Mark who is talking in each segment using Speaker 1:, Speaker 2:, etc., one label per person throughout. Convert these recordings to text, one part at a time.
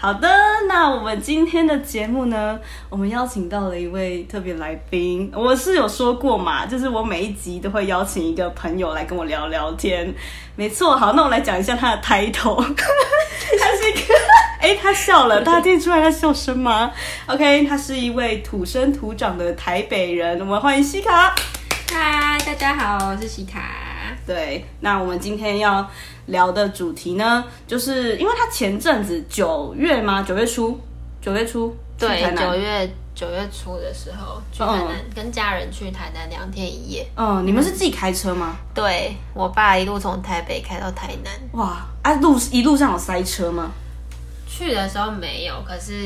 Speaker 1: 好的，那我们今天的节目呢，我们邀请到了一位特别来宾。我是有说过嘛，就是我每一集都会邀请一个朋友来跟我聊聊天。没错，好，那我来讲一下他的 title。他是一个， 哎、他笑了，大家听得出来他笑声吗？OK，他是一位土生土长的台北人，我们欢迎西卡。
Speaker 2: 嗨，大家好，我是西卡。
Speaker 1: 对，那我们今天要聊的主题呢，就是因为他前阵子九月吗？九月初，九月初去台
Speaker 2: 对，
Speaker 1: 南
Speaker 2: 九月九月初的时候去台南，跟家人去台南两天一夜。
Speaker 1: 嗯，你们是自己开车吗？
Speaker 2: 对我爸一路从台北开到台南，
Speaker 1: 哇，啊路一路上有塞车吗？
Speaker 2: 去的时候没有，可是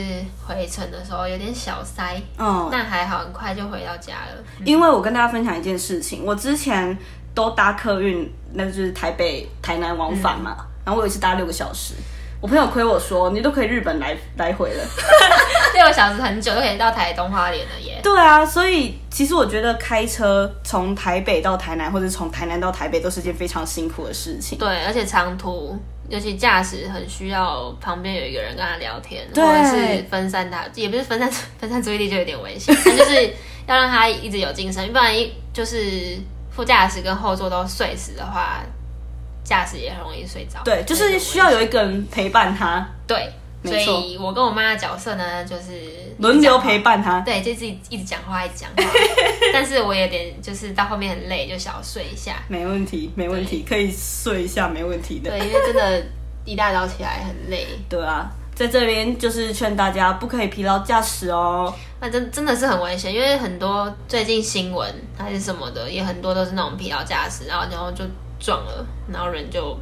Speaker 2: 回程的时候有点小塞，
Speaker 1: 嗯，
Speaker 2: 但还好，很快就回到家了。
Speaker 1: 因为我跟大家分享一件事情，我之前都搭客运，那就是台北、台南往返嘛，
Speaker 2: 嗯
Speaker 1: 然后我有一次搭六个小时。我朋友亏我说，你都可以日本来来回了。
Speaker 2: 六个小时很久就可以到台东花莲了耶。
Speaker 1: 对啊，所以其实我觉得开车从台北到台南，或者从台南到台北，都是件非常辛苦的事情。
Speaker 2: 对，而且长途。尤其驾驶很需要旁边有一个人跟他聊天，或
Speaker 1: 对
Speaker 2: 者是分散他，也不是分散分散注意力就有点危险， 但就是要让他一直有精神，不然一就是副驾驶跟后座都睡死的话，驾驶也很容易睡着。
Speaker 1: 对，就是需要有一个人陪伴他，
Speaker 2: 对，所
Speaker 1: 没错
Speaker 2: 以我跟我妈的角色呢，就是
Speaker 1: 轮流
Speaker 2: 一直讲话
Speaker 1: 陪伴他。
Speaker 2: 对，就自己一直讲话，一直讲话。 但是我有点就是到后面很累，就小睡一下。
Speaker 1: 没问题，没问题，可以睡一下，没问题的。
Speaker 2: 对，因为真的，一大早起来很累。
Speaker 1: 对啊，在这边就是劝大家不可以疲劳驾驶哦。
Speaker 2: 那真真的是很危险，因为很多最近新闻还是什么的，也很多都是那种疲劳驾驶，然后然后就撞了，然后人就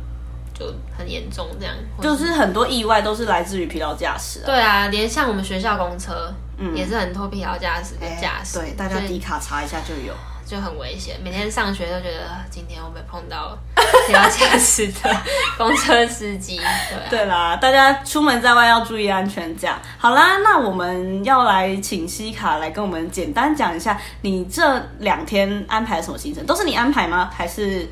Speaker 2: 就很严重这样。或
Speaker 1: 就是很多意外都是来自于疲劳驾驶、啊。
Speaker 2: 对啊，连像我们学校公车，也是很多疲劳驾驶跟驾驶，
Speaker 1: 嗯哎对，大家
Speaker 2: 所以
Speaker 1: 低卡查一下就有。
Speaker 2: 就很危险。每天上学都觉得啊今天我们碰到 疲劳驾驶的公车司机，对啊、
Speaker 1: 对啦，大家出门在外要注意安全。这样好啦，那我们要来请西卡来跟我们简单讲一下，你这两天安排了什么行程？都是你安排吗？还是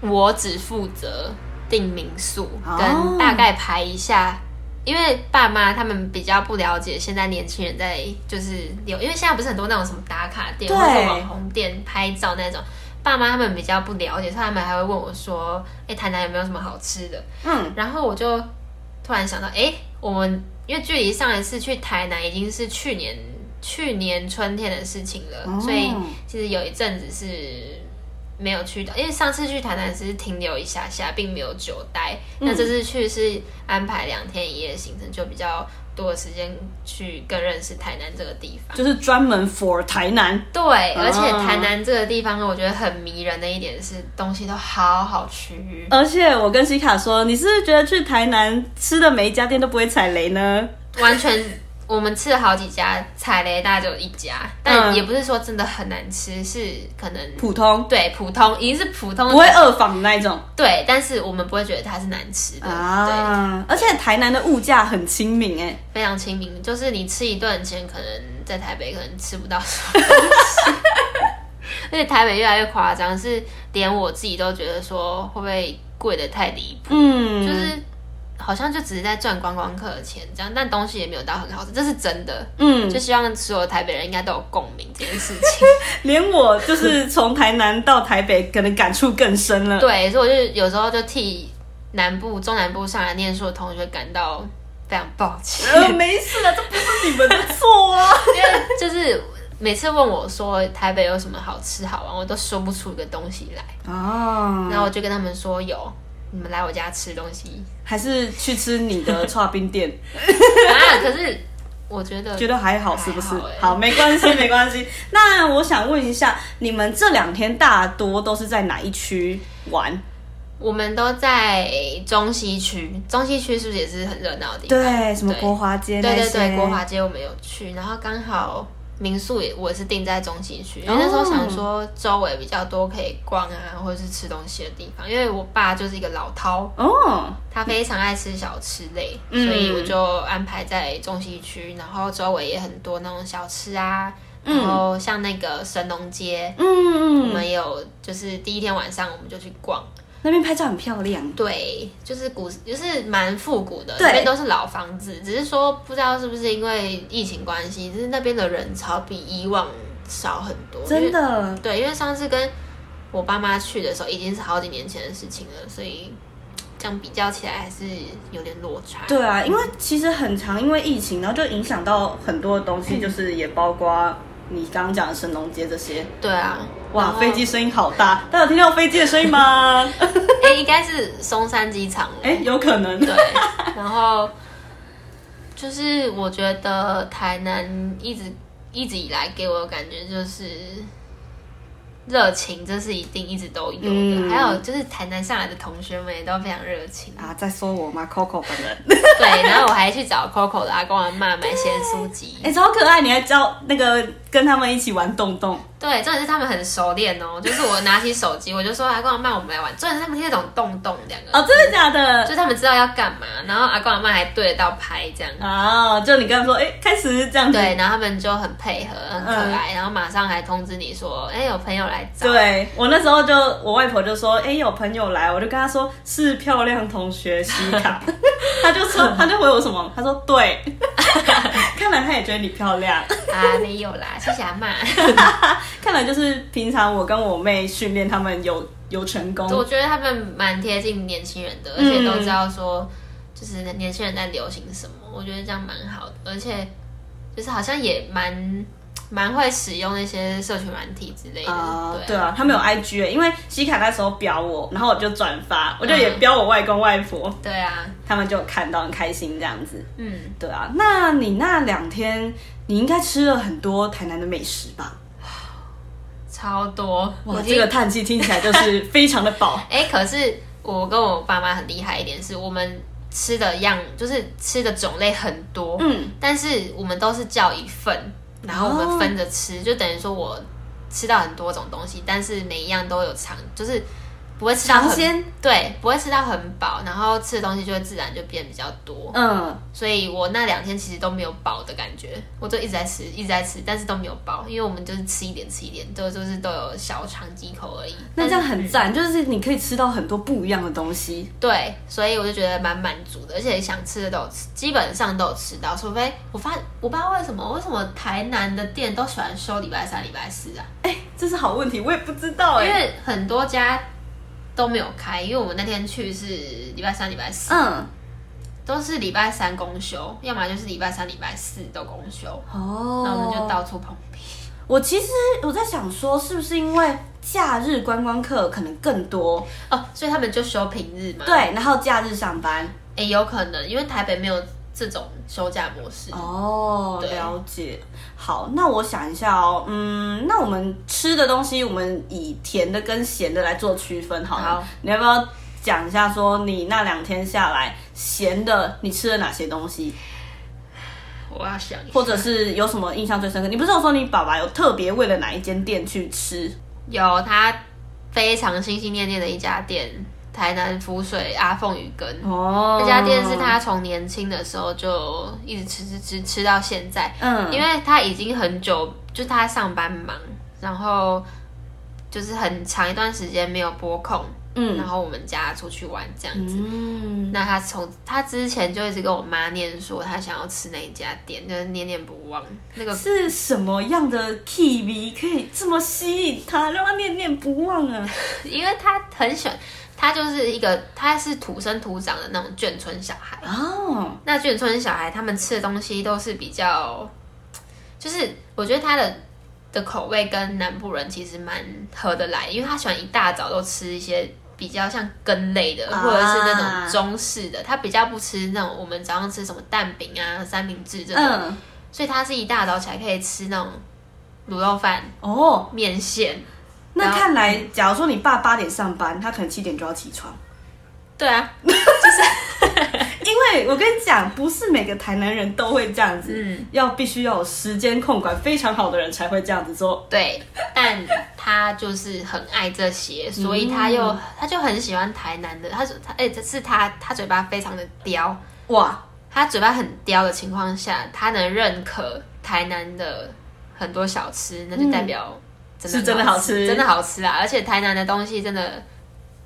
Speaker 2: 我只负责订民宿
Speaker 1: 哦
Speaker 2: 跟大概排一下，因为爸妈他们比较不了解现在年轻人在就是有，因为现在不是很多那种什么打卡店
Speaker 1: 对
Speaker 2: 或者网红店拍照那种。爸妈他们比较不了解，所以他们还会问我说：“哎、台南有没有什么好吃的？”
Speaker 1: 嗯，
Speaker 2: 然后我就突然想到，哎、我们因为距离上一次去台南已经是去年去年春天的事情了，
Speaker 1: 哦
Speaker 2: 所以其实有一阵子是没有去的，因为上次去台南只是停留一下下，并没有久待。
Speaker 1: 嗯
Speaker 2: 那这次去是安排两天一夜的行程，就比较多的时间去更认识台南这个地方。
Speaker 1: 就是专门 for 台南？
Speaker 2: 对，而且台南这个地方，我觉得很迷人的一点是东西都好好吃。
Speaker 1: 而且我跟西卡说，你是不是觉得去台南吃的每一家店都不会踩雷呢？
Speaker 2: 完全，我们吃了好几家，踩雷大概就一家，但
Speaker 1: 嗯
Speaker 2: 也不是说真的很难吃，是可能
Speaker 1: 普通
Speaker 2: 对普通，已经是普通
Speaker 1: 不会二访的那一种
Speaker 2: 对，但是我们不会觉得它是难吃的，对，
Speaker 1: 啊！而且台南的物价很亲民哎、
Speaker 2: 非常亲民。就是你吃一顿钱，可能在台北可能吃不到什么东西，而且台北越来越夸张，是连我自己都觉得说会不会贵的太离谱，
Speaker 1: 嗯，
Speaker 2: 就是。好像就只是在赚观光客的钱这样，但东西也没有到很好吃，这是真的。
Speaker 1: 嗯，
Speaker 2: 就希望所有台北人应该都有共鸣这件事 情。
Speaker 1: 连我就是从台南到台北，可能感触更深了。
Speaker 2: 对，所以我就有时候就替南部、中南部上来念书的同学感到非常抱歉，
Speaker 1: 呃，没事啊，这不是你们的错啊。
Speaker 2: 因为就是每次问我说台北有什么好吃好玩，我都说不出一个东西来。
Speaker 1: 哦，
Speaker 2: 然后我就跟他们说有，你们来我家吃东 西
Speaker 1: 还是去吃你的串冰店，
Speaker 2: 啊。可是我觉得
Speaker 1: 觉得还好哎是不是
Speaker 2: 还好？欸
Speaker 1: 好，没关系，没关 系。那我想问一下，你们这两天大多都是在哪一区玩？
Speaker 2: 我们都在中西区，中西区是不是也是很热闹的地方？
Speaker 1: 对，什么
Speaker 2: 对
Speaker 1: 国华街那
Speaker 2: 对
Speaker 1: 些？
Speaker 2: 对对，国华街我们有去，然后刚好民宿也我也是定在中西区，因为那
Speaker 1: 哦
Speaker 2: 时候想说周围比较多可以逛啊，或者是吃东西的地方。因为我爸就是一个老饕，
Speaker 1: 哦，
Speaker 2: 他非常爱吃小吃类，
Speaker 1: 嗯
Speaker 2: 所以我就安排在中西区，然后周围也很多那种小吃啊，然后像那个神农街，我
Speaker 1: 嗯嗯嗯，
Speaker 2: 们有就是第一天晚上我们就去逛，
Speaker 1: 那边拍照很漂亮，
Speaker 2: 对，就是古就是蛮复古的，
Speaker 1: 对
Speaker 2: 那边都是老房子，只是说不知道是不是因为疫情关系，就是那边的人潮比以往少很多，因为
Speaker 1: 真的，
Speaker 2: 对，因为上次跟我爸妈去的时候已经是好几年前的事情了，所以这样比较起来还是有点落差。
Speaker 1: 对啊，因为其实很长，因为疫情，然后就影响到很多的东西，就是也包括你刚刚讲的神农街这些。
Speaker 2: 对啊，然
Speaker 1: 哇，
Speaker 2: 后
Speaker 1: 飞 机声音好大，大家有听到飞机的声音吗？
Speaker 2: 哎、应该是松山机场了。
Speaker 1: 哎、有可能。
Speaker 2: 对，然后就是我觉得台南一直一直以来给我的感觉就是热情，这是一定一直都有的。
Speaker 1: 嗯
Speaker 2: 还有就是台南上来的同学们也都非常热情。
Speaker 1: 啊，在说我吗？Coco 本人，
Speaker 2: 对，然后我还去找 Coco 的阿公阿妈买咸酥 鸡。
Speaker 1: 哎、超可爱！你还教那个跟他们一起玩洞洞，
Speaker 2: 对，重点是他们很熟练哦，就是我拿起手机，我就说阿公阿妈，我们来玩。重点是他们听得懂“洞洞”两个，
Speaker 1: 哦，真的假的？
Speaker 2: 就他们知道要干嘛，然后阿公阿妈还对得到拍这样。
Speaker 1: 啊，就你刚才说，哎、开始这样子，
Speaker 2: 对，然后他们就很配合，很可爱，然后马上还通知你说，哎、有朋友来
Speaker 1: 嗯
Speaker 2: 找。
Speaker 1: 对我那时候就我外婆就说，哎、有朋友来，我就跟她说是漂亮同学西 卡，她就说她就回我什么，她说对， 看来她也觉得你漂 亮，
Speaker 2: 啊，没有啦， 谢谢阿妈。
Speaker 1: 看来就是平常我跟我妹训练他们有有成功，
Speaker 2: 我觉得他们蛮贴近年轻人
Speaker 1: 嗯
Speaker 2: 的，而且都知道说，就是年轻人在流行什么，我觉得这样蛮好的，而且就是好像也蛮蛮会使用那些社群软体之类的。
Speaker 1: 啊、
Speaker 2: 对
Speaker 1: 对
Speaker 2: 啊
Speaker 1: 啊，他们有 IG，耶、因为西卡那时候标我，然后我就转发，我就也
Speaker 2: 嗯
Speaker 1: 标我外公外婆，
Speaker 2: 对啊，
Speaker 1: 他们就有看到很开心这样子。
Speaker 2: 嗯，
Speaker 1: 对啊，那你那两天你应该吃了很多台南的美食吧？
Speaker 2: 超多。
Speaker 1: 哇，
Speaker 2: 我
Speaker 1: 这个叹气听起来就是非常的 饱
Speaker 2: 哎、可是我跟我爸妈很厉害一点，是我们吃的样，就是吃的种类很多，
Speaker 1: 嗯，
Speaker 2: 但是我们都是叫一份，然后我
Speaker 1: 哦
Speaker 2: 们分着吃，就等于说我吃到很多种东西，但是每一样都有尝，就是不会吃到
Speaker 1: 尝
Speaker 2: 很
Speaker 1: 鲜。
Speaker 2: 对，不会吃到很饱，然后吃的东西就会自然就变比较多，
Speaker 1: 嗯，
Speaker 2: 所以我那两天其实都没有饱的感觉，我就一直在吃，一直在吃，但是都没有饱，因为我们就是吃一点吃一点，都就是都有小尝几口而已。
Speaker 1: 那这样
Speaker 2: 但是
Speaker 1: 很赞，就是你可以吃到很多不一样的东西。
Speaker 2: 对，所以我就觉得蛮满足的，而且想吃的都有吃，基本上都有吃到，除非我发我不知道为什么，为什么台南的店都喜欢收礼拜三、礼拜四啊？
Speaker 1: 哎、这是好问题，我也不知道哎、
Speaker 2: 因为很多家都没有开，因为我们那天去是礼拜三、礼拜四，
Speaker 1: 嗯，
Speaker 2: 都是礼拜三公休，要么就是礼拜三、礼拜四都公休，
Speaker 1: 哦，
Speaker 2: 那我们就。到处碰壁。
Speaker 1: 我其实我在想说，是不是因为假日观光客可能更多，
Speaker 2: 哦，所以他们就休平日嘛？
Speaker 1: 对，，然后假日上班。
Speaker 2: 也有可能，因为台北没有这种休假模式。
Speaker 1: 哦，
Speaker 2: 对
Speaker 1: 了解。好，那我想一下哦，嗯，那我们吃的东西，我们以甜的跟咸的来做区分好了。
Speaker 2: 好
Speaker 1: 你要不要讲一下，说你那两天下来，咸的你吃了哪些东西，
Speaker 2: 我要想一下，
Speaker 1: 或者是有什么印象最深刻？你不是有说你爸爸有特别为了哪一间店去吃？
Speaker 2: 有他非常心心念念的一家店，台南浮水阿凤鱼羹。
Speaker 1: 哦，
Speaker 2: 这家店是他从年轻的时候就一直吃吃吃吃到现在，
Speaker 1: 嗯，
Speaker 2: 因为他已经很久，就是他上班忙，然后就是很长一段时间没有拨空，
Speaker 1: 嗯
Speaker 2: 然后我们家出去玩这样子。
Speaker 1: 嗯，
Speaker 2: 那他从他之前就一直跟我妈念说他想要吃那一家店，就是念念不忘那个
Speaker 1: 是什么样的 TV 可以这么吸引他，让他念念不忘啊？
Speaker 2: 因为他很喜欢，他就是一个他是土生土长的那种眷村小孩。
Speaker 1: 哦，
Speaker 2: 那眷村小孩他们吃的东西都是比较，就是我觉得他的的口味跟南部人其实蛮合得来，因为他喜欢一大早都吃一些比较像羹类的，
Speaker 1: 啊
Speaker 2: 或者是那种中式的，他比较不吃那种我们早上吃什么蛋饼啊、三明治这种，
Speaker 1: 嗯。
Speaker 2: 所以他是一大早起来可以吃那种卤肉饭、
Speaker 1: 哦，
Speaker 2: 面线。
Speaker 1: 那
Speaker 2: 然后嗯
Speaker 1: 看来，假如说你爸八点上班，他可能七点就要起床，
Speaker 2: 对啊，
Speaker 1: 一因为我跟你讲，不是每个台南人都会这样子，
Speaker 2: 嗯
Speaker 1: 要必须要有时间控管非常好的人才会这样子做。
Speaker 2: 对，但他就是很爱这些，
Speaker 1: 嗯
Speaker 2: 所以他又他就很喜欢台南的，他说他哎，这、是他他嘴巴非常的刁，
Speaker 1: 哇，
Speaker 2: 他嘴巴很刁的情况下，他能认可台南的很多小吃，那就代表真
Speaker 1: 嗯
Speaker 2: 的
Speaker 1: 是真的好吃
Speaker 2: 真的好吃啊！而且台南的东西真的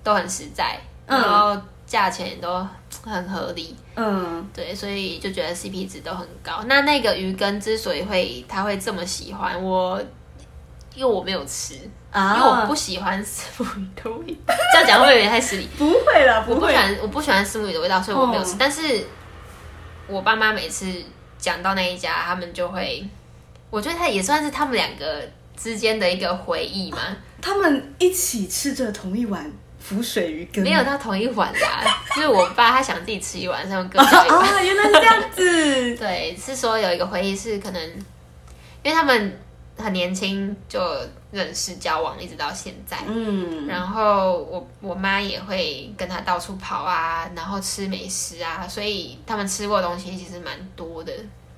Speaker 2: 都很实在，
Speaker 1: 嗯
Speaker 2: 然后价钱也都很合理，
Speaker 1: 嗯，
Speaker 2: 对，所以就觉得 CP 值都很高。那那个鱼羹之所以会他会这么喜欢我。因为我没有吃，因
Speaker 1: 啊
Speaker 2: 为我不喜欢石目鱼的味道，这样讲会不会有点太失礼？
Speaker 1: 不会啦，不
Speaker 2: 我不
Speaker 1: 会
Speaker 2: 喜，欢我不喜欢思母鱼的味道，所以我没有吃。
Speaker 1: 哦
Speaker 2: 但是我爸妈每次讲到那一家，他们就会，我觉得他也算是他们两个之间的一个回忆嘛，
Speaker 1: 他们一起吃着同一碗浮水鱼羹，
Speaker 2: 没有到同一碗啦、就是我爸他想自己吃一碗，所以我哥吃 一碗。
Speaker 1: 啊，原来是这样 子，
Speaker 2: 对，是说有一个回忆是可能，因为他们很年轻就认识交往，一直到现在。
Speaker 1: 嗯，
Speaker 2: 然后我我妈也会跟她到处跑啊，然后吃美食啊，所以他们吃过的东西其实蛮多的。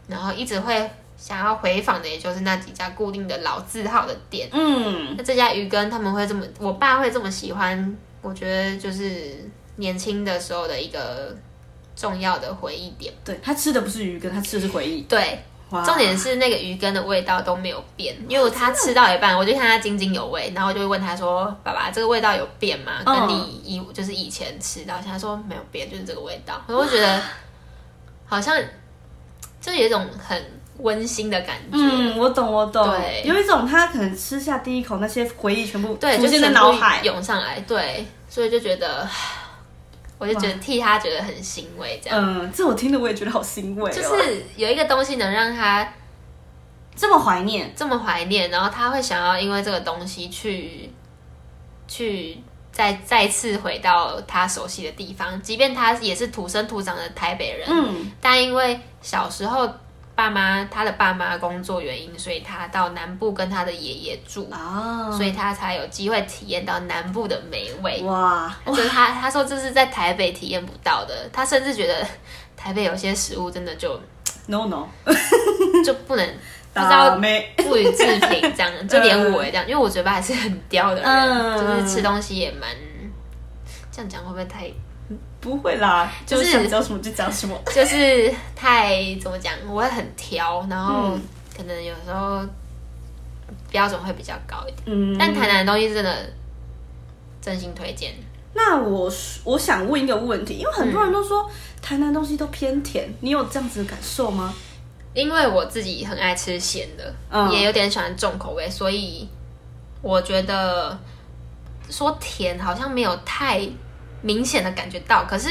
Speaker 2: 然后一直会想要回访的，也就是那几家固定的老字号的店。
Speaker 1: 嗯，
Speaker 2: 那这家鱼羹他们会这么，我爸会这么喜欢，我觉得就是年轻的时候的一个重要的回忆点。
Speaker 1: 对他吃的不是鱼羹，他吃的是回忆。
Speaker 2: 对，
Speaker 1: 哇
Speaker 2: 重点是那个鱼羹的味道都没有变，因为他吃到一半，我就看他津津有味，然后我就会问他说：“爸爸，这个味道有变吗？
Speaker 1: 嗯
Speaker 2: 跟你以就是以前吃到，他说没有变，就是这个味道。”我就觉得好像就有一种很温馨的感觉。
Speaker 1: 嗯，我懂，我懂。
Speaker 2: 对
Speaker 1: 有一种他可能吃下第一口，那些回忆全部
Speaker 2: 对，
Speaker 1: 浮
Speaker 2: 就
Speaker 1: 现在
Speaker 2: 全
Speaker 1: 脑
Speaker 2: 部
Speaker 1: 海。
Speaker 2: 涌上来，对，所以就觉得， 我就觉得替他觉得很欣慰，这样、
Speaker 1: 嗯，这我听了我也觉得好欣慰、哦，
Speaker 2: 就是有一个东西能让他
Speaker 1: 这么怀念。
Speaker 2: 这么怀念，然后他会想要因为这个东西去去再再次回到他熟悉的地方，即便他也是土生土长的台北人，
Speaker 1: 嗯，
Speaker 2: 但因为小时候爸妈他的爸妈工作原因，所以他到南部跟他的爷爷住，
Speaker 1: 啊，
Speaker 2: 所以他才有机会体验到南部的美味。
Speaker 1: 哇，
Speaker 2: 就是他他说这是在台北体验不到的，他甚至觉得台北有些食物真的就
Speaker 1: no no，
Speaker 2: 就不能不知道
Speaker 1: 大妹，
Speaker 2: 不予置评，这样就连我也这样，因为我嘴巴还是很刁的人，
Speaker 1: 嗯
Speaker 2: 就是吃东西也蛮这样讲会不会太，
Speaker 1: 不会啦，就
Speaker 2: 就是
Speaker 1: 是想讲什么就讲什么。
Speaker 2: 就是太怎么讲，我会很挑，然后
Speaker 1: 嗯
Speaker 2: 可能有时候标准会比较高一点，
Speaker 1: 嗯，
Speaker 2: 但台南的东西真的真心推荐，
Speaker 1: 那我我想问一个问题，因为很多人都说、台南东西都偏甜，你有这样子的感受吗？
Speaker 2: 因为我自己很爱吃咸的，
Speaker 1: 嗯
Speaker 2: 也有点喜欢重口味，所以我觉得说甜好像没有太明显的感觉到。可是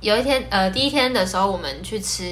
Speaker 2: 有一天，呃，第一天的时候，我们去吃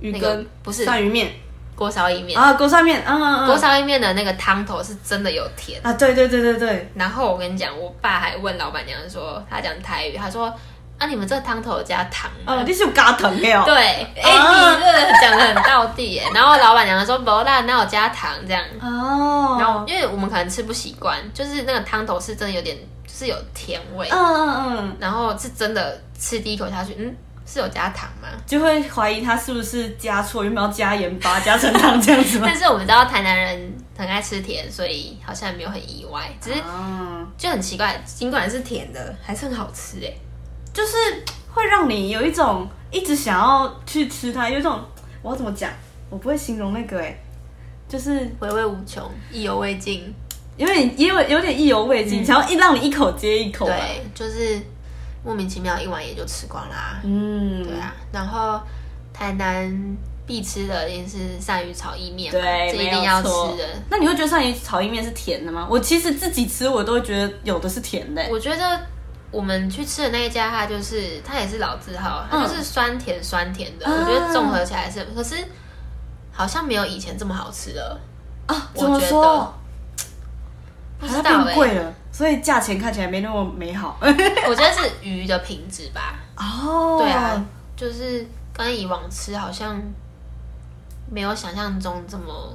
Speaker 1: 鱼
Speaker 2: 那
Speaker 1: 羹、
Speaker 2: 个不是
Speaker 1: 鳝鱼面
Speaker 2: 锅烧意面，
Speaker 1: 啊，锅烧面，嗯嗯
Speaker 2: 锅
Speaker 1: 嗯，
Speaker 2: 烧意面的那个汤头是真的有甜。
Speaker 1: 啊，对对对对对，
Speaker 2: 然后我跟你讲，我爸还问老板娘说，他讲台语，他说：“啊，你们这个汤头有加糖吗？”
Speaker 1: 呃、你是有加糖的哦，
Speaker 2: 嗯对，哎、
Speaker 1: 啊
Speaker 2: 你这个讲的很到地耶。然后老板娘说：“不啦，哪有加糖这样。”
Speaker 1: 哦，
Speaker 2: 然后因为我们可能吃不习惯，就是那个汤头是真的有点，就是有甜味，
Speaker 1: 嗯嗯嗯，
Speaker 2: 然后是真的吃第一口下去，嗯，是有加糖吗？
Speaker 1: 就会怀疑他是不是加错，原本要加盐巴、 加成糖这样子吗
Speaker 2: 但？是我们知道台南人很爱吃甜，所以好像没有很意外，只是
Speaker 1: 啊，
Speaker 2: 就很奇怪，尽管是甜的，还是很好吃哎、
Speaker 1: 就是会让你有一种一直想要去吃它，有一种我要怎么讲，我不会形容那个哎、就是
Speaker 2: 回味无穷，意犹未尽。
Speaker 1: 有点也有有点意犹未尽，想要一让你一口接一口吧。
Speaker 2: 嗯
Speaker 1: 啊
Speaker 2: 对，就是莫名其妙一碗也就吃光啦。
Speaker 1: 嗯，
Speaker 2: 对啊，然后台南必吃的一定是鳝鱼炒意面嘛，
Speaker 1: 对，
Speaker 2: 这一
Speaker 1: 没
Speaker 2: 定
Speaker 1: 有
Speaker 2: 要
Speaker 1: 错
Speaker 2: 吃的。
Speaker 1: 那你会觉得鳝鱼炒意面是甜的吗？我其实自己吃，我都会觉得有的是甜的、欸
Speaker 2: 我觉得我们去吃的那一家，它就是它也是老字号，它就是酸甜酸甜的，
Speaker 1: 嗯啊
Speaker 2: 我觉得综合起来是，可是好像没有以前这么好吃 了。
Speaker 1: 啊，
Speaker 2: 我
Speaker 1: 怎么
Speaker 2: 觉
Speaker 1: 说
Speaker 2: 得？不
Speaker 1: 好像
Speaker 2: 知道
Speaker 1: 变
Speaker 2: 哎、
Speaker 1: 贵了，所以价钱看起来没那么美好。
Speaker 2: 我觉得是鱼的品质吧。
Speaker 1: 哦，
Speaker 2: 对啊，就是跟以往吃好像没有想象中这么。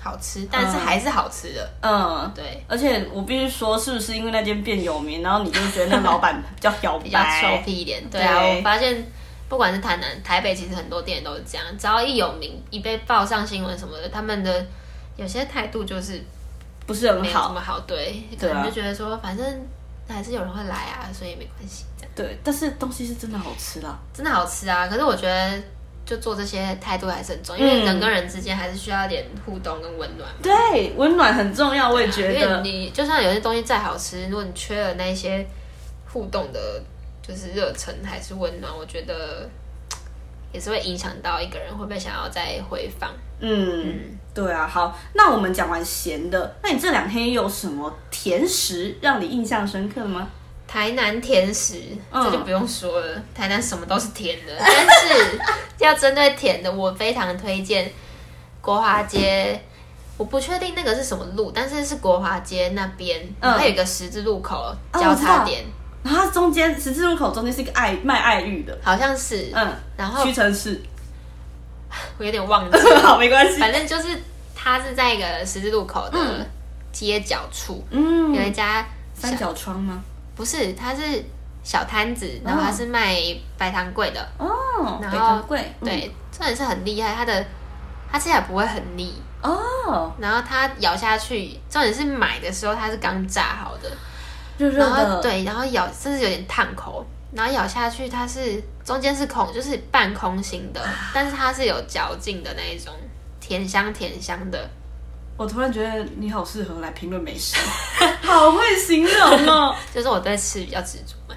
Speaker 2: 好吃，但是还是好吃的。
Speaker 1: 嗯，
Speaker 2: 对，
Speaker 1: 而且我必须说，是不是因为那间变有名，然后你就觉得那老板比较摇
Speaker 2: 比较臭
Speaker 1: 摆？
Speaker 2: 屁一点。对啊，
Speaker 1: 对
Speaker 2: 我发现不管是台南、台北，其实很多店都是这样，只要一有名，一被报上新闻什么的，他们的有些态度就是
Speaker 1: 不是很
Speaker 2: 没有这
Speaker 1: 好。
Speaker 2: 么好，对，可
Speaker 1: 对啊
Speaker 2: 能就觉得说反正还是有人会来啊，所以没关系，这样
Speaker 1: 对，但是东西是真的好吃啦。
Speaker 2: 真的好吃啊。可是我觉得。就做这些态度还是很重要，因
Speaker 1: 嗯
Speaker 2: 为人跟人之间还是需要一点互动跟温暖。
Speaker 1: 对，温暖很重要，我也觉
Speaker 2: 因为
Speaker 1: 得。
Speaker 2: 你就算有些东西再好吃，如果你缺了那一些互动的，就是热忱还是温暖，我觉得嘖也是会影响到一个人会不会想要再回访。
Speaker 1: 嗯，对啊。好，那我们讲完咸的，那你这两天有什么甜食让你印象深刻的吗？
Speaker 2: 台南甜食，
Speaker 1: 嗯
Speaker 2: 这就不用说了，台南什么都是甜 的。但是要针对甜的，我非常推荐国华街。我不确定那个是什么路，但是是国华街那边，
Speaker 1: 嗯
Speaker 2: 它有一个十字路口
Speaker 1: 哦
Speaker 2: 交
Speaker 1: 我知道
Speaker 2: 叉点，
Speaker 1: 然后它中间十字路口中间是一个爱卖爱玉的，
Speaker 2: 好像是，
Speaker 1: 嗯，
Speaker 2: 然后
Speaker 1: 屈臣 氏。
Speaker 2: 我有点 忘记，
Speaker 1: 好，没关系。
Speaker 2: 反正就是它是在一个十字路口的
Speaker 1: 嗯
Speaker 2: 街角处，
Speaker 1: 嗯
Speaker 2: 有一家小
Speaker 1: 三角窗吗？
Speaker 2: 不是，它是小摊子，然后它是卖白糖桂的，
Speaker 1: 哦，
Speaker 2: 然
Speaker 1: 北
Speaker 2: 后
Speaker 1: 糖贵，
Speaker 2: 对，真的是很厉害，它的它吃起来不会很腻，
Speaker 1: 嗯哦，
Speaker 2: 然后它咬下去，重点是买的时候它是刚炸好的，
Speaker 1: 热热
Speaker 2: 然后
Speaker 1: 的，，
Speaker 2: 对，然后咬甚至有点烫口。然后咬下去，它是中间是空，就是半空心的，
Speaker 1: 啊
Speaker 2: 但是它是有嚼劲的那一种，甜香甜香的。
Speaker 1: 我突然觉得你好适合来评论美食，哦好会形容 哦。
Speaker 2: 就是我对吃比较执着嘛。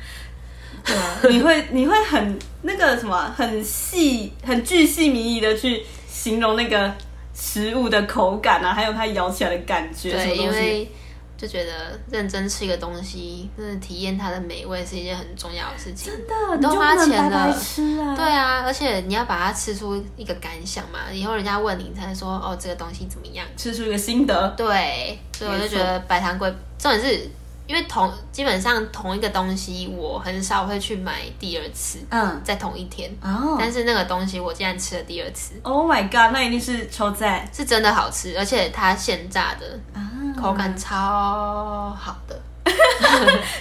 Speaker 1: 对啊，你会你会很那个什么，很细、很巨细靡遗的去形容那个食物的口感啊，还有它咬起来的感觉，什么
Speaker 2: 对，因
Speaker 1: 东西。
Speaker 2: 为就觉得认真吃一个东西，真的体验它的美味是一件很重要的事情。
Speaker 1: 真的，啊你
Speaker 2: 都
Speaker 1: 就不
Speaker 2: 花
Speaker 1: 能白
Speaker 2: 钱
Speaker 1: 白
Speaker 2: 了
Speaker 1: 吃啊。
Speaker 2: 对啊，而且你要把它吃出一个感想嘛，以后人家问你，你才能说哦，这个东西怎么样？
Speaker 1: 吃出一个心得。
Speaker 2: 对，所以我就
Speaker 1: 没错
Speaker 2: 觉得白糖龟，重点是因为同基本上同一个东西，我很少会去买第二次，
Speaker 1: 嗯，
Speaker 2: 在同一天。
Speaker 1: 哦
Speaker 2: 但是那个东西我竟然吃了第二次，
Speaker 1: ，Oh my god，那一定是超赞
Speaker 2: 是真的好吃，而且它现炸的
Speaker 1: 啊！
Speaker 2: 口感超好的。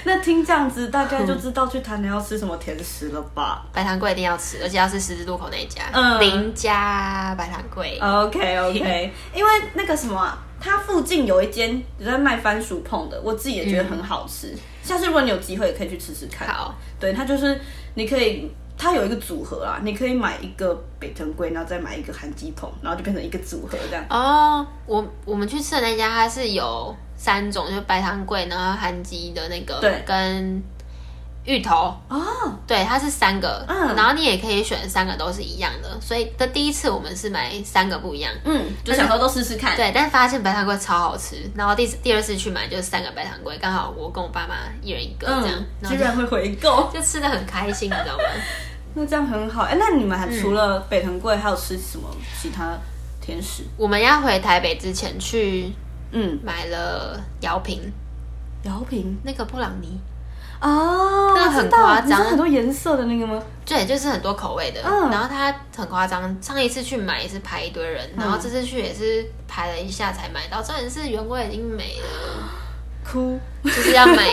Speaker 1: 那听这样子，大家就知道去台南要吃什么甜食了吧
Speaker 2: 白糖桂一定要吃，而且要是十字路口那一家，
Speaker 1: 嗯
Speaker 2: 林家白糖桂。
Speaker 1: ？OK OK，因为那个什么啊、它附近有一间有在卖番薯碰的，我自己也觉得很好吃。下次如果你有机会，也可以去吃吃看。
Speaker 2: 好，
Speaker 1: 对，它就是你可以，它有一个组合啦，你可以买一个北藤龟，然后再买一个韩鸡桶，然后就变成一个组合这样。
Speaker 2: 哦，我我们去吃的那家，它是有三种，就是白糖桂，然后韩鸡的那个，
Speaker 1: 对
Speaker 2: 跟芋头，
Speaker 1: 哦，
Speaker 2: 对，它是三个，
Speaker 1: 嗯
Speaker 2: 然后你也可以选三个都是一样的，所以的第一次我们是买三个不一样，
Speaker 1: 嗯，就想说都试试看。
Speaker 2: 对，但发现白糖桂超好吃，然后第第二次去买就是三个白糖桂，刚好我跟我爸妈一人一个这样
Speaker 1: 嗯，，
Speaker 2: 然
Speaker 1: 居
Speaker 2: 后就
Speaker 1: 然会回购，
Speaker 2: 就吃的很开心，你知道吗？
Speaker 1: 那这样很好。哎、那你们还除了北藤贵，还有吃什么其他甜食？
Speaker 2: 我们要回台北之前去
Speaker 1: 嗯，
Speaker 2: 买了摇瓶，
Speaker 1: 摇瓶
Speaker 2: 那个布朗尼，
Speaker 1: 哦，
Speaker 2: 那个
Speaker 1: 我知
Speaker 2: 很
Speaker 1: 道
Speaker 2: 夸张
Speaker 1: 你是很多颜色的那个吗？
Speaker 2: 对，就是很多口味的。
Speaker 1: 嗯
Speaker 2: 然后它很夸张，上一次去买也是排一堆人，
Speaker 1: 嗯
Speaker 2: 然后这次去也是排了一下才买到，重点是原味已经没了，
Speaker 1: 哭，
Speaker 2: 就是要买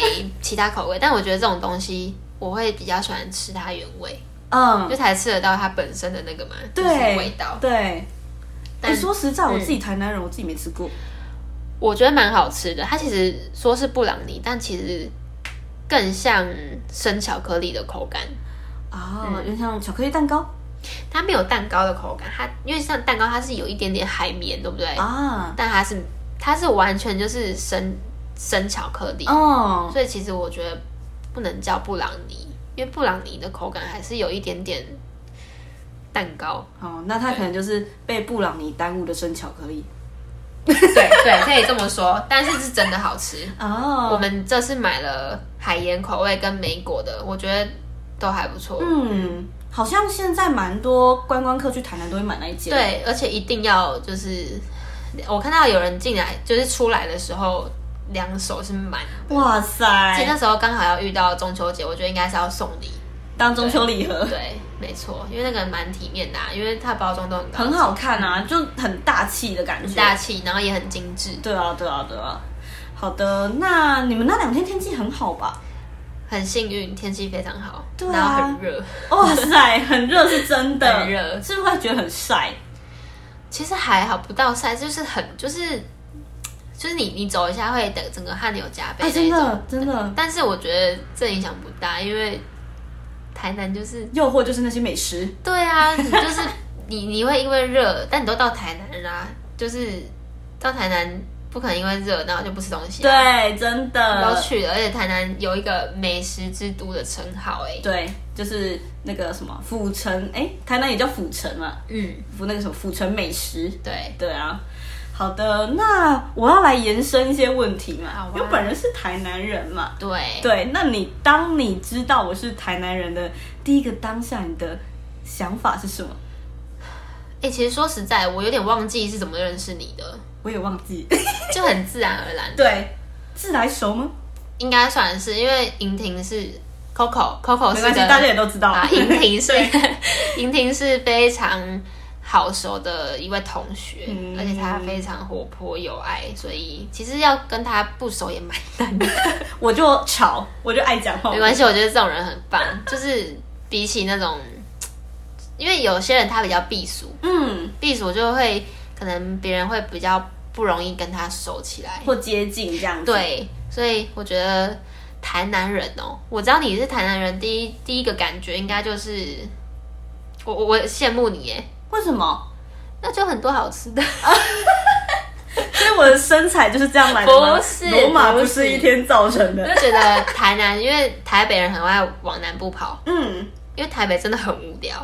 Speaker 2: 其他口味。但我觉得这种东西。我会比较喜欢吃它原味，
Speaker 1: 嗯
Speaker 2: 就，才吃得到它本身的那个嘛，
Speaker 1: 对，
Speaker 2: 就是味道。
Speaker 1: 对。
Speaker 2: 但嗯
Speaker 1: 但说实在，我自己台南人，我自己没吃过。
Speaker 2: 我觉得蛮好吃的。它其实说是布朗尼，但其实更像生巧克力的口感。
Speaker 1: 哦，
Speaker 2: 嗯
Speaker 1: 就像巧克力蛋糕
Speaker 2: 它没有蛋糕的口感，它因为像蛋糕它是有一点点海绵，对不对？
Speaker 1: 啊，
Speaker 2: 但它是它是完全就是生生巧克力，
Speaker 1: 哦，
Speaker 2: 所以其实我觉得不能叫布朗尼，因为布朗尼的口感还是有一点点蛋糕。
Speaker 1: 哦，那它可能就是被布朗尼耽误的生巧克力。
Speaker 2: 对对，可以这么说，但是是真的好吃。
Speaker 1: 哦，
Speaker 2: 我们这次买了海盐口味跟梅果的，我觉得都还不错。
Speaker 1: 嗯，好像现在蛮多观光客去台南都会买那一间。，
Speaker 2: 对，而且一定要就是，我看到有人进来，就是出来的时候两手是满的。
Speaker 1: 哇
Speaker 2: 而且
Speaker 1: 塞，
Speaker 2: 那时候刚好要遇到中秋节，我觉得应该是要送礼。
Speaker 1: 当中秋礼盒。
Speaker 2: 对，没错，因为那个蛮体面的、啊，因为它包装都很高级
Speaker 1: 很好看啊，就很大气的感觉。
Speaker 2: 大气，然后也很精致，
Speaker 1: 对啊，对啊，对啊。好的，那你们那两天天气很好吧？
Speaker 2: 很幸运，天气非常好，
Speaker 1: 对啊
Speaker 2: 然后很热。
Speaker 1: 哇塞，很热是真的，
Speaker 2: 很热
Speaker 1: 是不是会觉得很晒？
Speaker 2: 其实还好，不到晒，就是很就是就是你你走一下会等整个汗流浃背
Speaker 1: 哎，
Speaker 2: 那一
Speaker 1: 真
Speaker 2: 种。
Speaker 1: 的真的，
Speaker 2: 但是我觉得这影响不大，因为台南就是
Speaker 1: 诱惑就是那些美食，
Speaker 2: 对啊，你就是你你会因为热，但你都到台南啦、就是到台南不可能因为热然后就不吃东西、啊。
Speaker 1: 对，真
Speaker 2: 都
Speaker 1: 的，
Speaker 2: 去了，而且台南有一个美食之都的称号、哎，
Speaker 1: 对，就是那个什么府城，哎，台南也叫府城啊，
Speaker 2: 嗯，
Speaker 1: 府那个什么府城美食，
Speaker 2: 对，
Speaker 1: 对啊。好的，那我要来延伸一些问题嘛，
Speaker 2: 好啊
Speaker 1: 因为本人是台南人嘛，
Speaker 2: 对，
Speaker 1: 对，那你当你知道我是台南人的第一个当下，你的想法是什么？
Speaker 2: 哎、其实说实在，我有点忘记是怎么认识你的，
Speaker 1: 我也忘记。
Speaker 2: 就很自然而然，
Speaker 1: 对，自来熟吗？
Speaker 2: 应该算是，因为银婷是 Coco，Coco
Speaker 1: 没
Speaker 2: 是
Speaker 1: 关系，
Speaker 2: 个
Speaker 1: 大家也都知道。
Speaker 2: 啊，银婷是
Speaker 1: 对
Speaker 2: 银婷是非常好熟的一位同学，
Speaker 1: 嗯
Speaker 2: 而且她非常活泼有爱，所以其实要跟她不熟也蛮难的。
Speaker 1: 我就吵，我就爱讲话。
Speaker 2: 没关系，我觉得这种人很棒，就是比起那种，因为有些人他比较避俗，
Speaker 1: 嗯，
Speaker 2: 避俗就会可能别人会比较不容易跟他熟起来。
Speaker 1: 或接近这样子。，
Speaker 2: 对，所以我觉得台南人哦，我知道你是台南人，第一第一个感觉应该就是，我我我羡慕你耶，
Speaker 1: 为什么？
Speaker 2: 那就很多好吃的，
Speaker 1: 所以我的身材就是这样来的吗
Speaker 2: 不是
Speaker 1: 罗马
Speaker 2: 不
Speaker 1: 不
Speaker 2: 是
Speaker 1: 是一天造成
Speaker 2: 我
Speaker 1: 的。
Speaker 2: 就觉得台南，因为台北人很爱往南部跑，
Speaker 1: 嗯，
Speaker 2: 因为台北真的很无聊，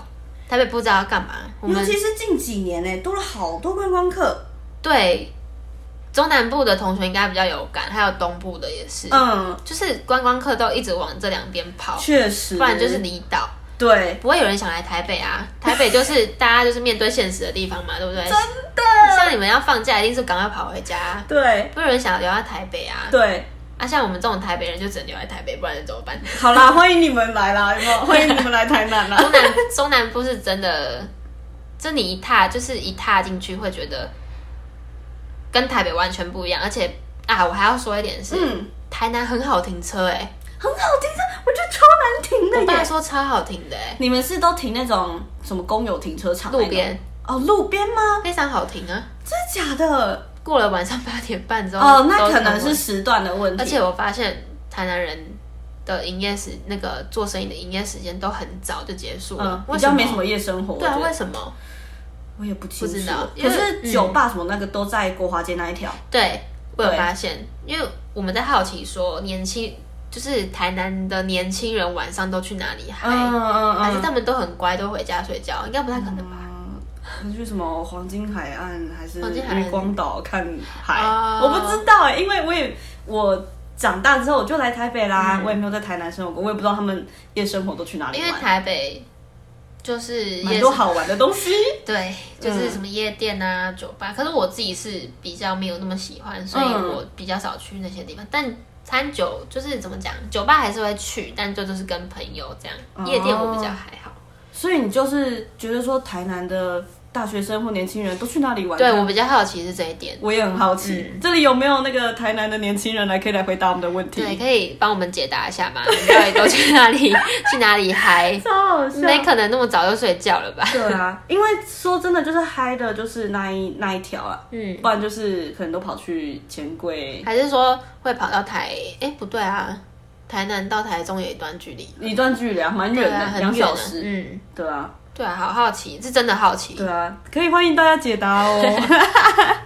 Speaker 2: 台北不知道要干嘛，我
Speaker 1: 尤
Speaker 2: 们
Speaker 1: 其是近几年呢、多了好多观光客。
Speaker 2: 对中南部的同学应该比较有感，还有东部的也是，
Speaker 1: 嗯，
Speaker 2: 就是观光客都一直往这两边跑，
Speaker 1: 确实，
Speaker 2: 不然就是离岛。
Speaker 1: 对，
Speaker 2: 不会有人想来台 北啊！台北就是大家就是面对现实的地方嘛，对不对？真的，像你们要放假，一定是赶快跑回家，
Speaker 1: 对，
Speaker 2: 不会有人想留在台北啊。
Speaker 1: 对。
Speaker 2: 啊，像我们这种台北人就只能留在台北，不然怎么办？
Speaker 1: 好啦，欢迎你们来啦，有没有？欢迎你们来台 南啦。
Speaker 2: 中南中南部是真的，这你一踏就是一踏进去会觉得跟台北完全不一样，而且啊，我还要说一点是，
Speaker 1: 嗯
Speaker 2: 台南很好停车哎、欸，
Speaker 1: 很好停车，我觉得超难停
Speaker 2: 我
Speaker 1: 的
Speaker 2: 爸
Speaker 1: 耶。
Speaker 2: 说超好停的哎、
Speaker 1: 你们是都停那种什么公有停车场那种？
Speaker 2: 路边
Speaker 1: 哦，路边吗？
Speaker 2: 非常好停啊。
Speaker 1: 真的假的？
Speaker 2: 过了晚上八点半之后，
Speaker 1: 哦，那
Speaker 2: 都
Speaker 1: 可能
Speaker 2: 很晚
Speaker 1: 是时段的问题。
Speaker 2: 而且我发现台南人的营业时那个做生意的营业时间都很早就结束
Speaker 1: 嗯
Speaker 2: 了，，
Speaker 1: 比
Speaker 2: 为
Speaker 1: 较
Speaker 2: 什么？
Speaker 1: 没什么夜生活。
Speaker 2: 对啊，
Speaker 1: 我觉
Speaker 2: 为
Speaker 1: 得
Speaker 2: 什么？
Speaker 1: 我也不清楚
Speaker 2: 不知道。因
Speaker 1: 可
Speaker 2: 为嗯
Speaker 1: 是酒吧什么那个都在国华街那一条。
Speaker 2: 对，我有
Speaker 1: 对
Speaker 2: 发现，因为我们在好奇说年轻，就是台南的年轻人晚上都去哪里嗨，
Speaker 1: 嗯嗯
Speaker 2: 哎还是
Speaker 1: 嗯。
Speaker 2: 他们都很乖，都回家睡觉，应该不太可能吧？
Speaker 1: 嗯可能去什么黄金海岸还是
Speaker 2: 黄金海岸
Speaker 1: 渔光岛看海？
Speaker 2: 哦
Speaker 1: 我不知道哎、因为我也我长大之后我就来台北啦，
Speaker 2: 嗯
Speaker 1: 我也没有在台南生活过，我也不知道他们夜生活都去哪里
Speaker 2: 因为
Speaker 1: 玩。
Speaker 2: 台北就是
Speaker 1: 嗯蛮
Speaker 2: 夜
Speaker 1: 多好玩的东西。
Speaker 2: 对，就是
Speaker 1: 嗯
Speaker 2: 什么夜店啊、酒吧。可是我自己是比较没有那么喜欢，所以
Speaker 1: 嗯
Speaker 2: 我比较少去那些地方。但餐酒就是怎么讲，酒吧还是会去，但就就是跟朋友这样。
Speaker 1: 哦
Speaker 2: 夜店我比较还好，
Speaker 1: 所以你就是觉得说台南的大学生或年轻人都去哪里玩？
Speaker 2: 对我嗯比较好奇是这一点。
Speaker 1: 我也很好奇，这里有没有那个台南的年轻人来可以来回答我们的问题？
Speaker 2: 对，可以帮我们解答一下吗？你到底都去 哪里？去哪里嗨？
Speaker 1: 超好笑。
Speaker 2: 没可能那么早就睡觉了吧？
Speaker 1: 对啊，因为说真的，就是嗨的，就是那一那一条啊，
Speaker 2: 嗯，
Speaker 1: 不然就是可能都跑去钱柜
Speaker 2: 还是说会跑到台？哎、不对啊，台南到台中有一段距离，
Speaker 1: 一段距离啊，蛮远
Speaker 2: 对啊
Speaker 1: 的，
Speaker 2: 很
Speaker 1: 两、
Speaker 2: 远
Speaker 1: 小
Speaker 2: 啊
Speaker 1: 时。
Speaker 2: 嗯，
Speaker 1: 对啊，
Speaker 2: 对啊，好好奇，是真的好奇。
Speaker 1: 对啊，可以欢迎大家解答 哦。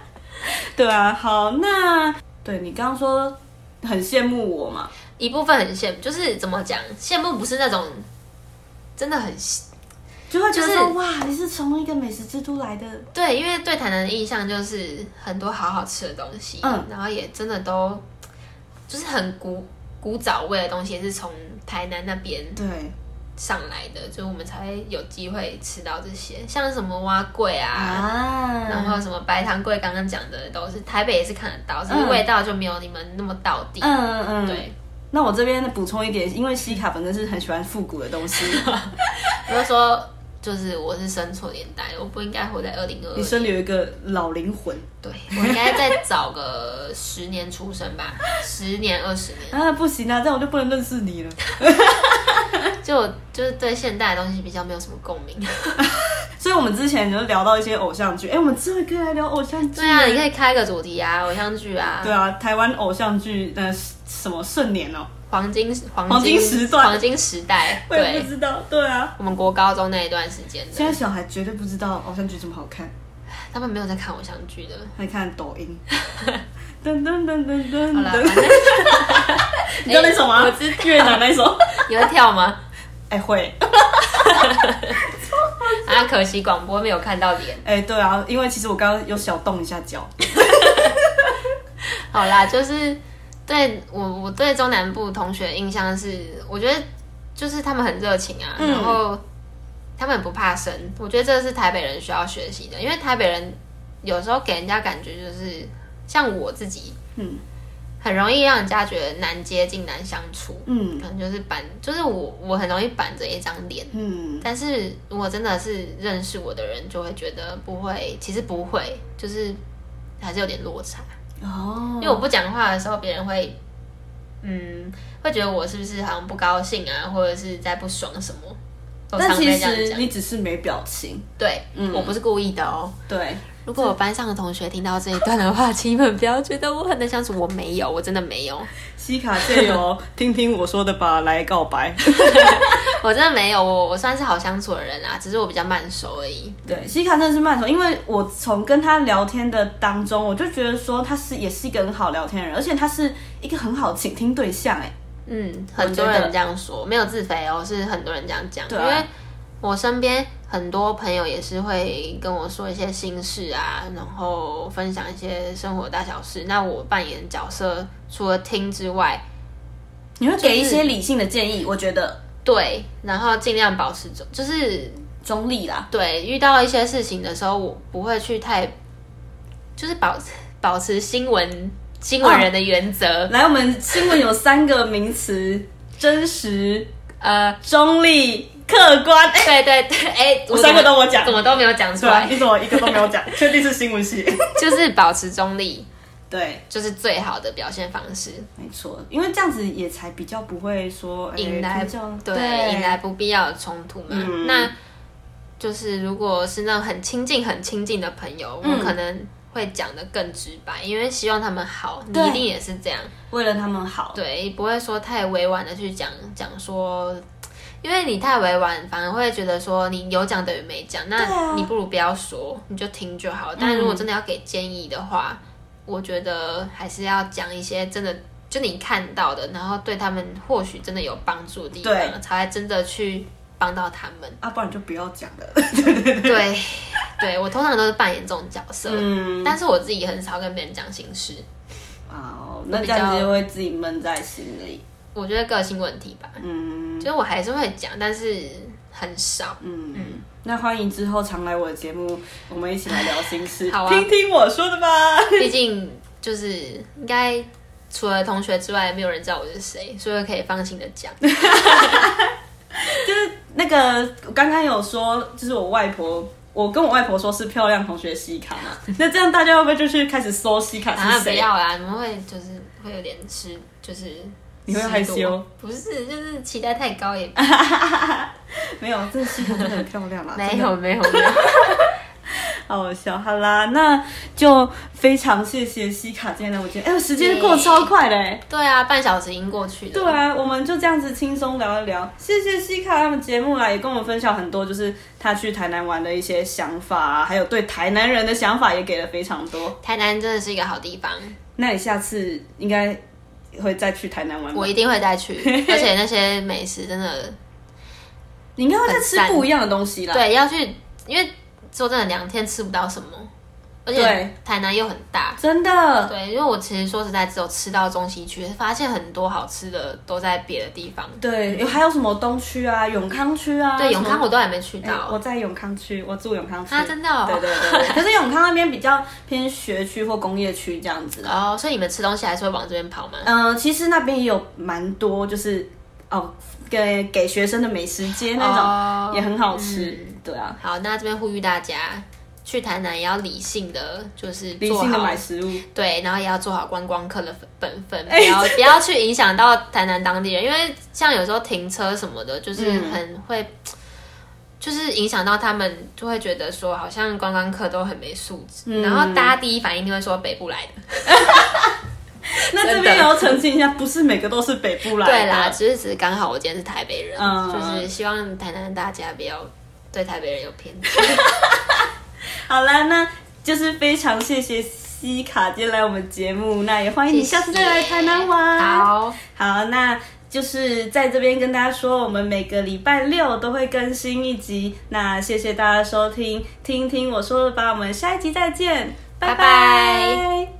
Speaker 1: 对啊，好，那对你刚刚说很羡慕我嘛，
Speaker 2: 一部分很羡慕，就是怎么讲，羡慕不是那种真的很羡
Speaker 1: 就会觉得说、
Speaker 2: 就是
Speaker 1: 哇，你是从一个美食之都来的，
Speaker 2: 对，因为对台南的印象就是很多好好吃的东西，
Speaker 1: 嗯
Speaker 2: 然后也真的都就是很古古早味的东西，也是从台南那边
Speaker 1: 对
Speaker 2: 上来的，就我们才会有机会吃到这些，像什么蛙桂啊。
Speaker 1: 啊
Speaker 2: 然后什么白糖桂，刚刚讲的都是台北也是看得到，只是
Speaker 1: 嗯
Speaker 2: 味道就没有你们那么到底。
Speaker 1: 嗯嗯嗯，
Speaker 2: 对，
Speaker 1: 那我这边补充一点，因为西卡本身是很喜欢复古的东 西，
Speaker 2: 我就说，就是我是生错年代，我不应该活在二零二
Speaker 1: 你
Speaker 2: 二。
Speaker 1: 身里有一个老灵魂
Speaker 2: 对， 我应该再早个十年出生吧，十年二十年。
Speaker 1: 啊，不行啊，这样我就不能认识你了。
Speaker 2: 就我就是对现代的东西比较没有什么共鸣。
Speaker 1: 所以我们之前就聊到一些偶像剧，哎、我们真的可以来聊偶像剧。
Speaker 2: 对啊，你可以开个主题啊，偶像剧啊，
Speaker 1: 对啊，台湾偶像剧，呃，什么盛年哦、
Speaker 2: 黄金黄
Speaker 1: 黄金时段
Speaker 2: 黄金时代，
Speaker 1: 我也
Speaker 2: 对
Speaker 1: 不，知道。对啊，
Speaker 2: 我们国高中那一段时间
Speaker 1: 现在
Speaker 2: 的，
Speaker 1: 小孩绝对不知道偶像剧这么好看，
Speaker 2: 他们没有在看偶像剧 的。
Speaker 1: 还看抖音。 噔噔噔噔噔
Speaker 2: 好啦，
Speaker 1: 噔
Speaker 2: 反，正
Speaker 1: 你知道那首 吗？
Speaker 2: 我知道
Speaker 1: 越南那首。
Speaker 2: 你会跳吗？
Speaker 1: 哎、会，
Speaker 2: 啊，可惜广播没有看到脸。
Speaker 1: 哎、对啊，因为其实我刚刚有小动一下脚。
Speaker 2: 好啦，就是对我我对中南部同学的印象是，我觉得就是他们很热情啊，
Speaker 1: 嗯
Speaker 2: 然后他们很不怕生，我觉得这是台北人需要学习的，因为台北人有时候给人家感觉就是像我自己，
Speaker 1: 嗯
Speaker 2: 很容易让人家觉得难接近、难相处，
Speaker 1: 嗯
Speaker 2: 可能就是板，就是我我很容易板着一张脸。
Speaker 1: 嗯，
Speaker 2: 但是如果真的是认识我的人，就会觉得不会，其实不会，就是还是有点落差。
Speaker 1: 哦，
Speaker 2: 因为我不讲话的时候，别人会，嗯，会觉得我是不是好像不高兴啊，或者是在不爽什么。我
Speaker 1: 但
Speaker 2: 常被
Speaker 1: 其
Speaker 2: 这样
Speaker 1: 实
Speaker 2: 讲
Speaker 1: 你只是没表情。
Speaker 2: 对，
Speaker 1: 嗯
Speaker 2: 我不是故意的哦。
Speaker 1: 对，
Speaker 2: 如果我班上的同学听到这一段的话， 请你们不要觉得我很难相处，我没有，我真的没有，
Speaker 1: 西卡借由听听我说的吧来告白。
Speaker 2: 我真的没有，我我算是好相处的人啊，只是我比较慢熟而已。
Speaker 1: 对，西卡真的是慢熟，因为我从跟他聊天的当中，我就觉得说他是也是一个很好聊天的人，而且他是一个很好倾听对象。哎，
Speaker 2: 嗯，很
Speaker 1: 觉
Speaker 2: 多
Speaker 1: 得
Speaker 2: 人这样说，没有自肥哦，是很多人这样讲。
Speaker 1: 对啊
Speaker 2: 因为我身边很多朋友也是会跟我说一些心事啊，然后分享一些生活大小事。那我扮演角色，除了听之外，
Speaker 1: 你会给一些理性的建议，我觉得
Speaker 2: 对，然后尽量保持中，就是
Speaker 1: 中立啦。
Speaker 2: 对遇到一些事情的时候，我不会去太，就是保保持新闻新闻人的原则，
Speaker 1: 来，我们新闻有三个名词：真实、
Speaker 2: 呃。
Speaker 1: 中立、客 观。哎、
Speaker 2: 对对对，哎、我
Speaker 1: 三个
Speaker 2: 怎么
Speaker 1: 都我讲
Speaker 2: 怎么都没有讲出
Speaker 1: 对啊，
Speaker 2: 来，
Speaker 1: 你怎么一个都没有讲？ 确定是新闻系？
Speaker 2: 就是保持中立，
Speaker 1: 对，
Speaker 2: 就是最好的表现方式，
Speaker 1: 没错，因为这样子也才比较不会说哎
Speaker 2: 引来
Speaker 1: 听众
Speaker 2: 对引来不必要的冲突嘛。
Speaker 1: 嗯
Speaker 2: 那就是如果是那种很亲近、很亲近的朋友，
Speaker 1: 嗯
Speaker 2: 我可能会讲的更直白，因为希望他们好，你
Speaker 1: 对
Speaker 2: 一定也是这样，
Speaker 1: 为了他们好。
Speaker 2: 对，不会说太委婉的去讲讲说。因为你太委婉，反而会觉得说你有讲等于没讲，
Speaker 1: 对啊嗯
Speaker 2: 那你不如不要说，你就听就好。但如果真的要给建议的话，我觉得还是要讲一些真的就你看到的，然后对他们或许真的有帮助的地
Speaker 1: 对。
Speaker 2: 方，才会真的去帮到他们
Speaker 1: 啊，不然就不要讲了。
Speaker 2: 对，对我通常都是扮演这种角色，
Speaker 1: 嗯，
Speaker 2: 但是我自己很少跟别人讲心事，
Speaker 1: 哦，那这样子就会自己闷在心里。
Speaker 2: 我觉得个性问题吧，
Speaker 1: 嗯
Speaker 2: 就是我还是会讲，但是很少。
Speaker 1: 嗯，那欢迎之后常来我的节目，我们一起来聊心事，
Speaker 2: 好啊
Speaker 1: 听听我说的吧。
Speaker 2: 毕竟就是应该除了同学之外，没有人知道我是谁，所以我可以放心的讲。
Speaker 1: 那个我刚刚有说，就是我外婆。我跟我外婆说是漂亮同学西卡 嘛，那这样大家会不会就是开始搜西卡
Speaker 2: 啊，
Speaker 1: 是
Speaker 2: 不
Speaker 1: 谁？
Speaker 2: 要啦，你们会就是会有点失，就是
Speaker 1: 你会害羞
Speaker 2: 失落？不是，就是期待太高也
Speaker 1: 没有，这西卡真的很漂亮啊，
Speaker 2: 没
Speaker 1: 真的
Speaker 2: 有没有没有，
Speaker 1: 好好笑。好啦，那就非常谢谢西卡今天来我今天，哎、时间过超快的、哎
Speaker 2: 对啊，半小时已经过去了。
Speaker 1: 对啊，我们就这样子轻松聊一聊。谢谢西卡他们节目啊啦，也跟我们分享很多，就是他去台南玩的一些想法、啊，还有对台南人的想法也给了非常多。
Speaker 2: 台南真的是一个好地方，
Speaker 1: 那你下次应该会再去台南玩吗
Speaker 2: 我？一定会 再去，而且那些美食真的，
Speaker 1: 你应该会再吃
Speaker 2: 很赞
Speaker 1: 不一样的东西啦。，
Speaker 2: 对，要去，因为说真的，两天吃不到什么，而
Speaker 1: 对
Speaker 2: 且台南又很大。
Speaker 1: 真的，
Speaker 2: 对，因为我其实说实在，只有吃到中西区，发现很多好吃的都在别的地方。
Speaker 1: 对，有还有什么东区啊、永康区啊？
Speaker 2: 对，永
Speaker 1: 什
Speaker 2: 康
Speaker 1: 么
Speaker 2: 我都还没去到。
Speaker 1: 哎我在永康区，我住永康区。
Speaker 2: 啊真的哦
Speaker 1: 对对对对。可是永康那边比较偏学区或工业区这样子啊。
Speaker 2: 哦，所以你们吃东西还是会往这边跑吗？
Speaker 1: 嗯、其实那边也有蛮多，就是哦，给给学生的美食街那
Speaker 2: 哦
Speaker 1: 种也很好吃。对啊，
Speaker 2: 好，那这边呼吁大家，去台南也要理性的，就是
Speaker 1: 理
Speaker 2: 做
Speaker 1: 性的
Speaker 2: 好
Speaker 1: 买食物。
Speaker 2: 对，然后也要做好观光客的本分，
Speaker 1: 哎
Speaker 2: 不要、不要去影响到台南当地人，因为像有时候停车什么的，就是
Speaker 1: 嗯
Speaker 2: 很会。就是影响到他们，就会觉得说好像观光客都很没素质，
Speaker 1: 嗯
Speaker 2: 然后大家第一反应就会说北部来的，
Speaker 1: 那这边也要澄清一下，不是每个都是北部来的。
Speaker 2: 对啦，只是只是刚好我今天是台北人，
Speaker 1: 嗯
Speaker 2: 就是希望台南大家不要对台北人有偏见。
Speaker 1: 好啦，那就是非常谢谢西卡今天来我们节目，那也 欢迎你下次再来台南玩。
Speaker 2: 好，
Speaker 1: 好，那就是在这边跟大家说，我们每个礼拜六都会更新一集。那谢谢大家收听，听听我说的吧，我们下一集再见，拜
Speaker 2: 拜拜